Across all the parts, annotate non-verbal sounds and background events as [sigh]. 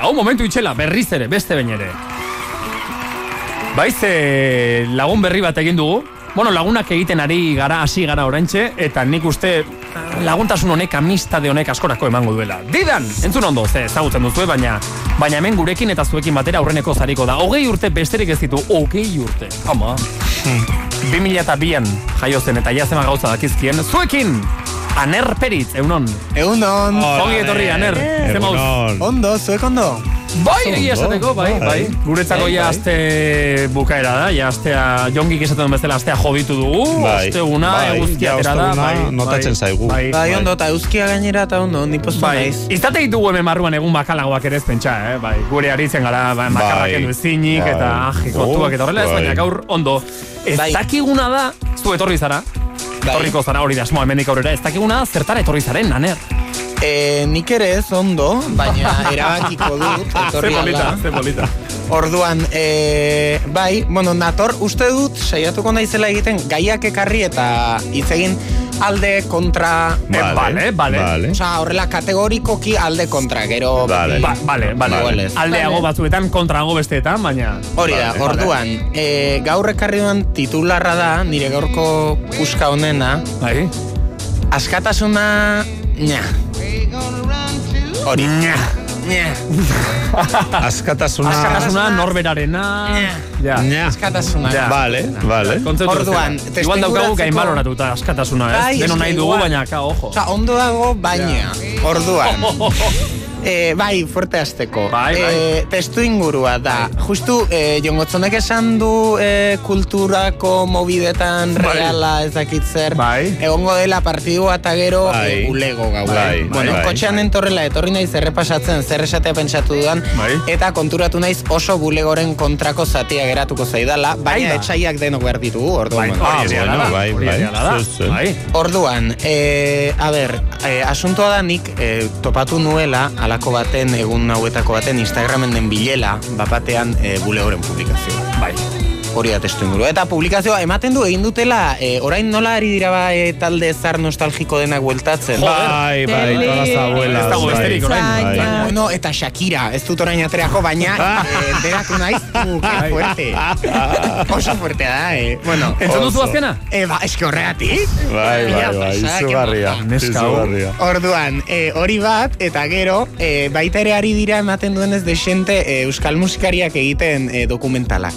hau momentu itxela, berriz ere, beste bain ere. Baiz, e, lagun berri bat egin dugu. Bueno, lagunak egiten ari gara, hasi gara oraintxe, eta nik uste eh, laguntasun honek, amistade honek askorako emango duela. Didan, entzun ondo, ze ezagutzen duzue, baina baina hemen gurekin eta zuekin batera aurreneko zariko da. Hogei urte besterik ez ditu, hogei urte. Ama. 2002an jaio zen eta jazema gauza dakizkien. Zuekin, Aner Peritz, eunon. Egunon. Ongi etorri, Aner. Ze mauz? Ondo, zuek ondo. Bai, egia esateko, bai, bai. Guretzako ja aste bukaera da, ja astea, jongik esaten duen bezala astea jobitu dugu, Bai. osteguna, Bai, eguzkia ja, atera da, osteguna bai, bai, notatzen zaigu. Bai, Bai, ondo, eta euskia gainera eta ondo, ni postu bai. naiz. Izate ditugu hemen marruan egun bakalagoak ere ez pentsa, eh? Bai, gure aritzen gara, bai, makarrak Bai. edo ezinik, Bai. eta ajikotuak, eta horrela ez, Bai. baina gaur ondo. Ez Bai. dakiguna da, zu etorri zara, etorriko zara hori da, asmoa hemendik aurrera, ez dakiguna da, zertara etorri zaren, naner. E, nik ere ez ondo, [laughs] baina erabakiko dut, Ze etorri bolita, ala. ze bolita. Orduan, e, bai, bueno, nator uste dut saiatuko naizela egiten gaiak ekarri eta hitz egin alde kontra... Eh, vale, vale. Osa, horrela kategorikoki alde kontra, gero... Vale. Ba, bale, Bai. Igual bale. ez. Aldeago batzuetan, kontrago besteetan, baina... Hori da, Vale, orduan, e, gaur ekarri duan titularra da, nire gaurko puska honena, Bai. askatasuna... Nya. Hori. Nya. Nya. Askatasuna... Askatasuna, norberarena... Eh. Ja. Nya. Askatasuna. Ja. Vale, vale. Kontzeptu Orduan, bezala. testu Igual daukagu inguratzeko- gain baloratuta askatasuna, ez? Bai, Deno eske nahi dugu, igual. baina, ka, ojo. Osa, ondo dago, baina. [laughs] Orduan. E, bai, fuerte azteko. Bai, bai. E, testu ingurua da. Justu, e, jongotzonek esan du e, kulturako mobidetan Bai. reala ez dakit zer. Bai. Egongo dela partidua eta gero Bai. e, ulego gau. Bai, bai, bueno, bai. kotxean entorrela etorri naiz errepasatzen zer esatea pentsatu dudan. Bai. Eta konturatu naiz oso bulegoren kontrako zatia geratuko zaidala. Bai da. Baina etxaiak denok behar ditugu, orduan. Bai, bueno. hori Ah, ere bueno, ala da, bai, hori ere bai. ala da. Zuz, zuz. Bai. Orduan, e, a ber, e, asuntoa da nik e, topatu nuela alako baten egun hauetako baten Instagramen den bilela bapatean e, bulegoren publikazioa. Bai. Hori da testu inguru. Eta publikazioa ematen du egin dutela, e, orain nola ari dira ba e, talde zar nostalgiko denak bueltatzen. Bai, bai, Tele. todas las abuelas. Ez dago bai. besterik orain. Bai. Zaina. Bueno, eta Shakira, ez dut orain aterako, baina [laughs] e, berak naiz, uh, que fuerte. Oso fuertea da, eh. Bueno, Entzun duzu Bai. Oso. azkena? e, ba, eski horregatik. Bai, bai, bai, Pasada, izugarria. qué Neska hau. Izugarria. Orduan, e, hori bat, eta gero, e, baita ere ari dira ematen duenez desente e, euskal musikariak egiten e, dokumentalak.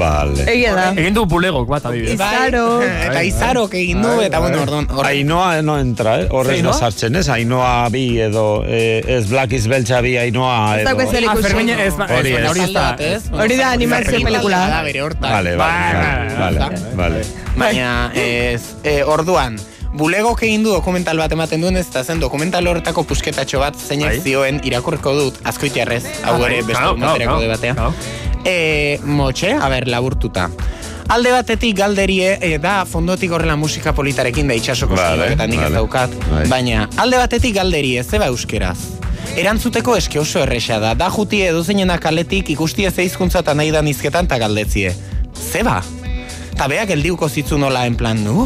Vale. Egia da. Egin du bulegok Ah, bat, adibidez. Ba, Bai. Izaro. [laughs] eta Izarok egin du, eta bueno, orduan, orain. Ainoa no entra, eh? Horrez da Zeinoa? sartzen, ez? Ainoa bi edo, eh, ez Black is Beltza bi, Ainoa Ez edo. dago ezer Ah, ikusi. Fermina, ez, ba- ez, Hori baina ez. hori ez da. ez? Hori da animazio pelikula. Da bere hortan. Vale, vale, Bai, bai, vale, vale, vale. Baina, Bai. ez, e, orduan, bulegok egin du dokumental bat ematen duen ez, eta zen dokumental horretako pusketatxo bat zeinak Bai. zioen irakurriko dut, azkoitiarrez, hau Ah, ere bai, beste claro, egun baterako claro, debatea. claro. E, motxe, a ber, laburtuta. Alde batetik galderie e, da fondotik horrela musika politarekin da itsasoko Vale, vale, eta nik ez vale. daukat, Bai. baina alde batetik galderie, zeba euskeraz. Erantzuteko eske oso erresa da, da juti edozeinen kaletik ikustia ze hizkuntza eta nahi dan izketan eta galdetzie. Zeba? Eta beak eldiuko zitzu nola en plan, nu?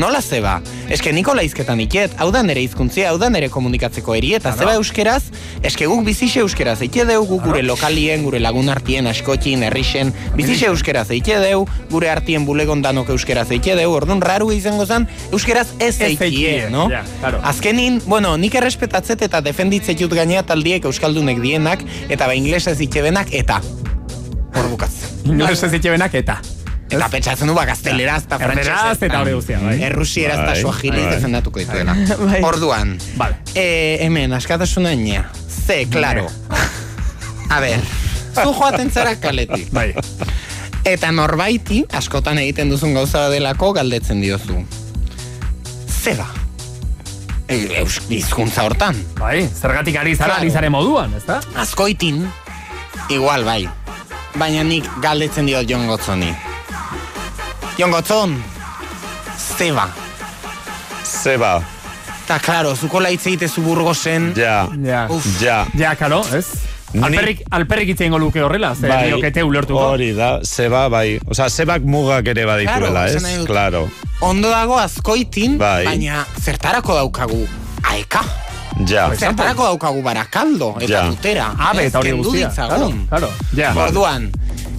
Nola zeba? Eske nikola izketan iket, hau da nere hizkuntzia, hau da nere komunikatzeko eri, eta zeba euskeraz, eske guk bizixe euskeraz, eite deu guk gure lokalien, gure lagun artien, askotin, herrixen, bizixe euskeraz, eite deu, gure artien bulegon danok euskeraz, eite deu, ordun raru izango zan, euskeraz ez Ez eikie, eikie, no? ja, claro. Azkenin, bueno, nik errespetatzet eta defenditzetut gainea taldiek euskaldunek dienak, eta ba inglesa ez ite denak, eta, hor bukatzen. Ingles ez ditxe benak eta. Eta pentsatzen du ba gazteleraz eta Erderaz frantsesez. eta hori guztia, bai. Errusieraz eta Bai, suajiliz bai. [laughs] defendatuko dituela. Bai. Orduan, Vale. e, hemen, askatasuna nia. Ze, klaro. [laughs] A ber, zu joaten zara kaletik. Bai. Eta norbaiti, askotan egiten duzun gauza bat delako, galdetzen diozu. Zeba. E, eus- Hizkuntza hortan. Bai, zergatik ari zara, Claro. ari zaren moduan, ez da? Azkoitin, igual bai. Baina nik galdetzen diot Jon Gotzoni. Jon Gotzon, zeba. Zeba, Ta, klaro, zuko laitz egitezu burgosen. ja, Ja. Uf. ja. Ja, karo, ez? Ni- Alperrik, alperrik hitz egingo luke horrela, ze bai. liokete ulertuko. Hori da, zeba, bai. Osa, zebak mugak ere Claro, badituela, esan nahi ez? dut. Claro. Ondo dago azkoitin, Bai. baina zertarako daukagu aeka. Ja. Zertarako daukagu barakaldo, eta Ja. tutera. Abe eta hori Ez, kendu guztia. Claro, ditzagun. claro. Ja. Ba. Orduan,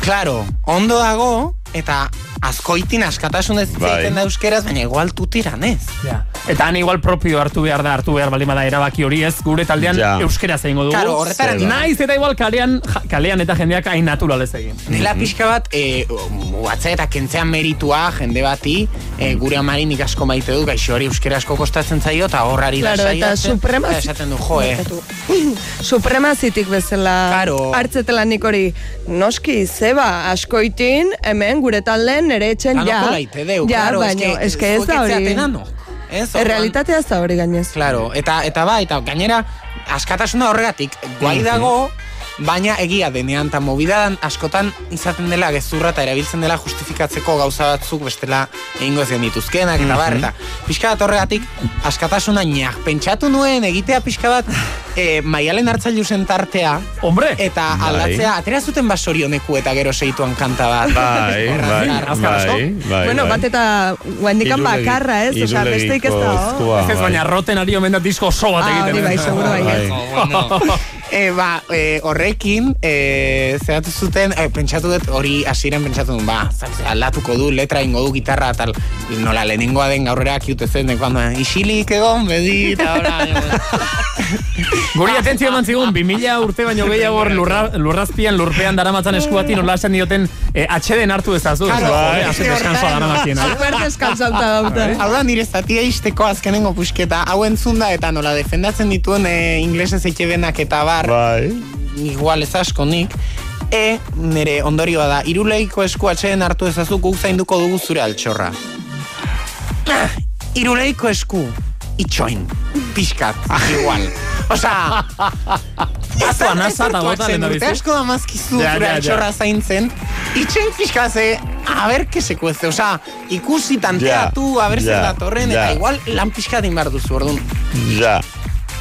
claro, ondo dago, eta askoitin askatasunez hitz Bai. egiten da euskeraz, baina igual tutiran ez. Ja. Eta han igual propio hartu behar da, hartu behar balima da erabaki hori ez, gure taldean Ja. euskera zeingo dugu. Claro, horretara Zeba. Naiz eta igual kalean, ja- kalean eta jendeak hain natural ez egin. Dela Mhm. pixka bat, e, mugatzea eta kentzean meritua jende bati, e, Mhm. gure amarin asko maite du, gaixo hori euskera asko kostatzen zaio, eta horrari Claro, da eta saiatzen, supremaz- eta esaten du, jo, eh, [clears throat] Supremazitik bezala Claro. hartzetelanik hori noski zeba askoitin hemen gure talden nere etxen ja. tanoko laite deu, ja, claro, baino, eske- eske ez da zuek hori. etzeaten ano, Ez, orduan- Errealitatea ez da hori gainez. Claro, eta eta bai, eta gainera askatasuna horregatik Mhm. guai dago, baina egia denean ta mobidadan askotan izaten dela gezurra eta erabiltzen dela justifikatzeko gauza batzuk bestela egingo ez genituzkenak eta Mhm. bar eta pixka bat horregatik askatasuna niak pentsatu nuen egitea pixka bat e, maialen hartzailuzen tartea Hombre! eta Bai. aldatzea atera zuten basorioneku eta gero seituan kanta bat Bai, bai, azkar asko. bai, bai. bueno, bai. bat eta guendikan Irulegi- bakarra, ez? Osa, irulegiko besteik ez da. oh. hor. ezkua, Ez ez, bai. baina roten ari omen da disko oso bat Ah, egiten. eh? hori bai, seguro bai. Bai. [laughs] E, ba, e, horrekin, e, zehatu zuten, e, pentsatu dut, hori hasieran pentsatu dut, ba, zait, aldatuko du, letra ingo du, gitarra, tal, nola lehenengoa den gaurrera kiute zen, de, cuando, isilik egon, bedi, eta hola, Guri atentzio eman zigun, 2000 urte baino gehiago hor lurra, lurrazpian, lurpean daramatzan eskuatin, nola esan dioten eh, atxeden hartu ezazu. Claro, bai, hori hase horretan. deskansoa daramazien. ¿eh? [laughs] hau. Super deskaltzauta [laughs] dauta. Hau da, nire zatia izteko azkenengo pusketa, hau entzun da, eta nola defendatzen dituen e, inglesez etxe denak eta bar, Bai. igual ez asko nik, e, nire ondorioa da, iruleiko esku atxeden hartu ezazu guk zainduko dugu zure altxorra. Ah, Iruleiko esku, itxoin, pixkat, igual. Osa, Patua nasa eta bota zen, lehendabizi. urte asko damazkizu Ja, zure ja, ja. altxorra zaintzen, itxoin pixkat ze, a ber, que se cuece, osa, ikusi tanteatu, Ja, a ber zer ja, datorren, ja. eta igual lan pixkat inbar duzu, orduan, Ja.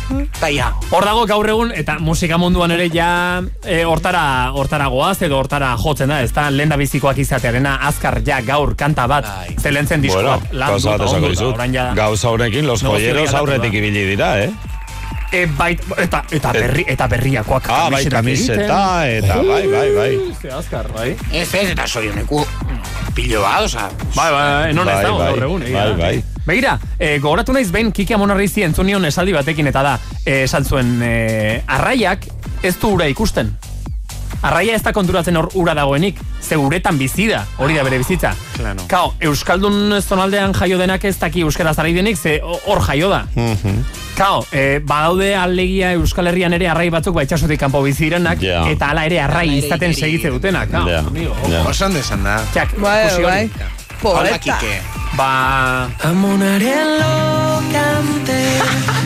eta ja. Hor dago gaur egun eta musika munduan ere ja e, hortara hortara goaz edo hortara jotzen da, ezta lenda bizikoak izatearena azkar ja gaur kanta bat Bai. zelentzen Bueno, diskoak lan gauza du bat eta esako ondo da, dizut. orain ja Gauza honekin los Negozio joyeros bilakatu aurretik da. ibili dira, eh? e, bait, eta eta berri eta berriakoak Ah, bai, kamisetak egiten. kamiseta eta bai, bai, bai. Ze azkar, bai. Ez ez, eta sorioneku pilo bat, osa, Bai, bai, non ez Bai, dago bai. gaur egun, egia Bai, da. bai. Begira, e, gogoratu naiz behin Kiki Amonarrizi entzun nion esaldi batekin eta da, e, esan zuen e, arraiak ez du ura ikusten. Arraia ez da konturatzen hor ura dagoenik, ze uretan bizi da, hori da bere bizitza. Claro. Kao, Euskaldun zonaldean jaio denak ez daki euskaraz ari denik, ze hor jaio da. Mhm. Kao, e, badaude alegia Euskal Herrian ere arrai batzuk baitxasotik kanpo bizi direnak, Ja. eta hala ere arrai Hala ere izaten igeri segitze dutenak. Kao, Ja, amigo. ja. oso ondo esan da. Txak, Bai, ikusi hori. bai. Hau da, Poeta. Kike. Ba, Amonaren lokante [laughs]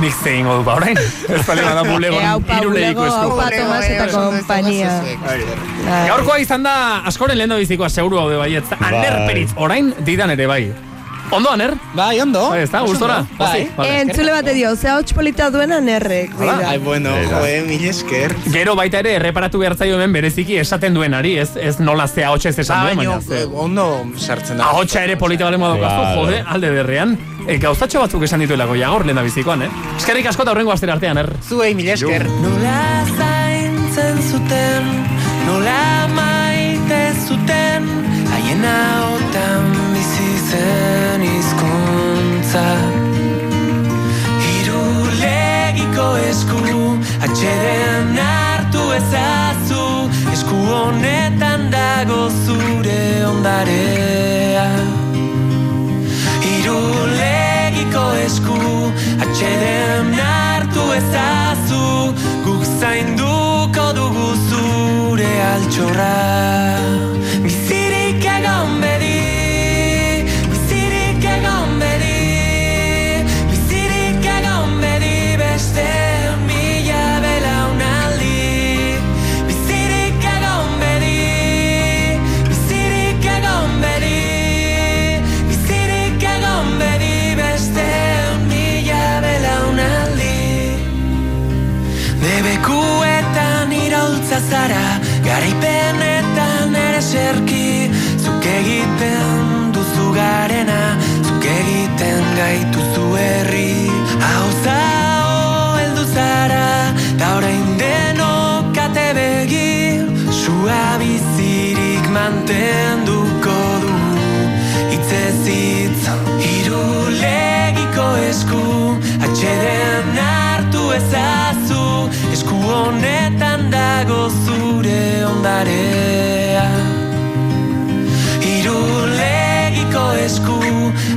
Nik ze ingo du ba, orain. Ez bale bada [laughs] bulegon Ea, upa, iruleiko bulego, esku. upa. Pato Mas eta compañía. Gaurkoa izan da askoren lehen bizikoa seguru gaude baietz. Aner Bai. peritz, orain didan ere bai. Ondo, Aner? Bai, ondo. Bai, ez da, gustora? Bai. Pozik, vale. Entzule bate dio, ze hau polita duena nerrek. Ai, bueno, Eta. joe, mil esker. Gero baita ere erreparatu behar zaio hemen bereziki esaten duenari, ez, ez nola ze ahotsa ez esan duen, Baina, baina ze. ondo sartzen da. Ahotsa ere polita balen badokazu, Claro. jode, alde derrean. E, gauzatxo batzuk esan dituelako jagor lehen bizikoan, eh? Eskerrik asko eta horrengo astera artean, er. Zuei, mil esker. Nola zaintzen zuten Nola maite zuten Haien ahotan bizi zen hizkuntza Hirulegiko esku Atxeden hartu ezazu Esku honetan dago zure ondarea Irulegiko esku Atxeden hartu ezazu Guk zainduko dugu zure altxorra Bizirik egon bedi Bizirik egon bedi Bizirik egon bedi Beste mila belaunaldi Bizirik egon bedi Bizirik egon bedi Bizirik egon bedi beste mila belaunaldi Debekuetan iraultza zara Garaipenetan ere serki Zuk egiten duzu garena Zuk egiten gaituzu herri Hau zao mantenduko du Itzez hitz Irulegiko esku Atxeden hartu ezazu Esku honetan dago zure ondarea Irulegiko esku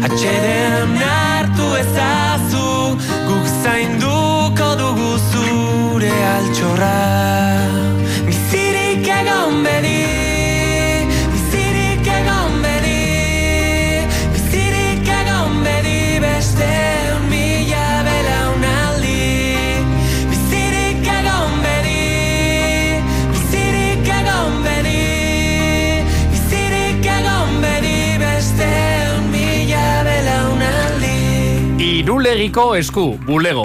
Atxeden hartu ezazu Guk zainduko dugu zure altxorra Bizirik egon bedi Bizirik egon bedi Bizirik egon bedi Beste mila belaunaldi Bizirik egon bedi Bizirik egon bedi Bizirik egon bedi Beste mila belaunaldi Irulegiko esku, bulego,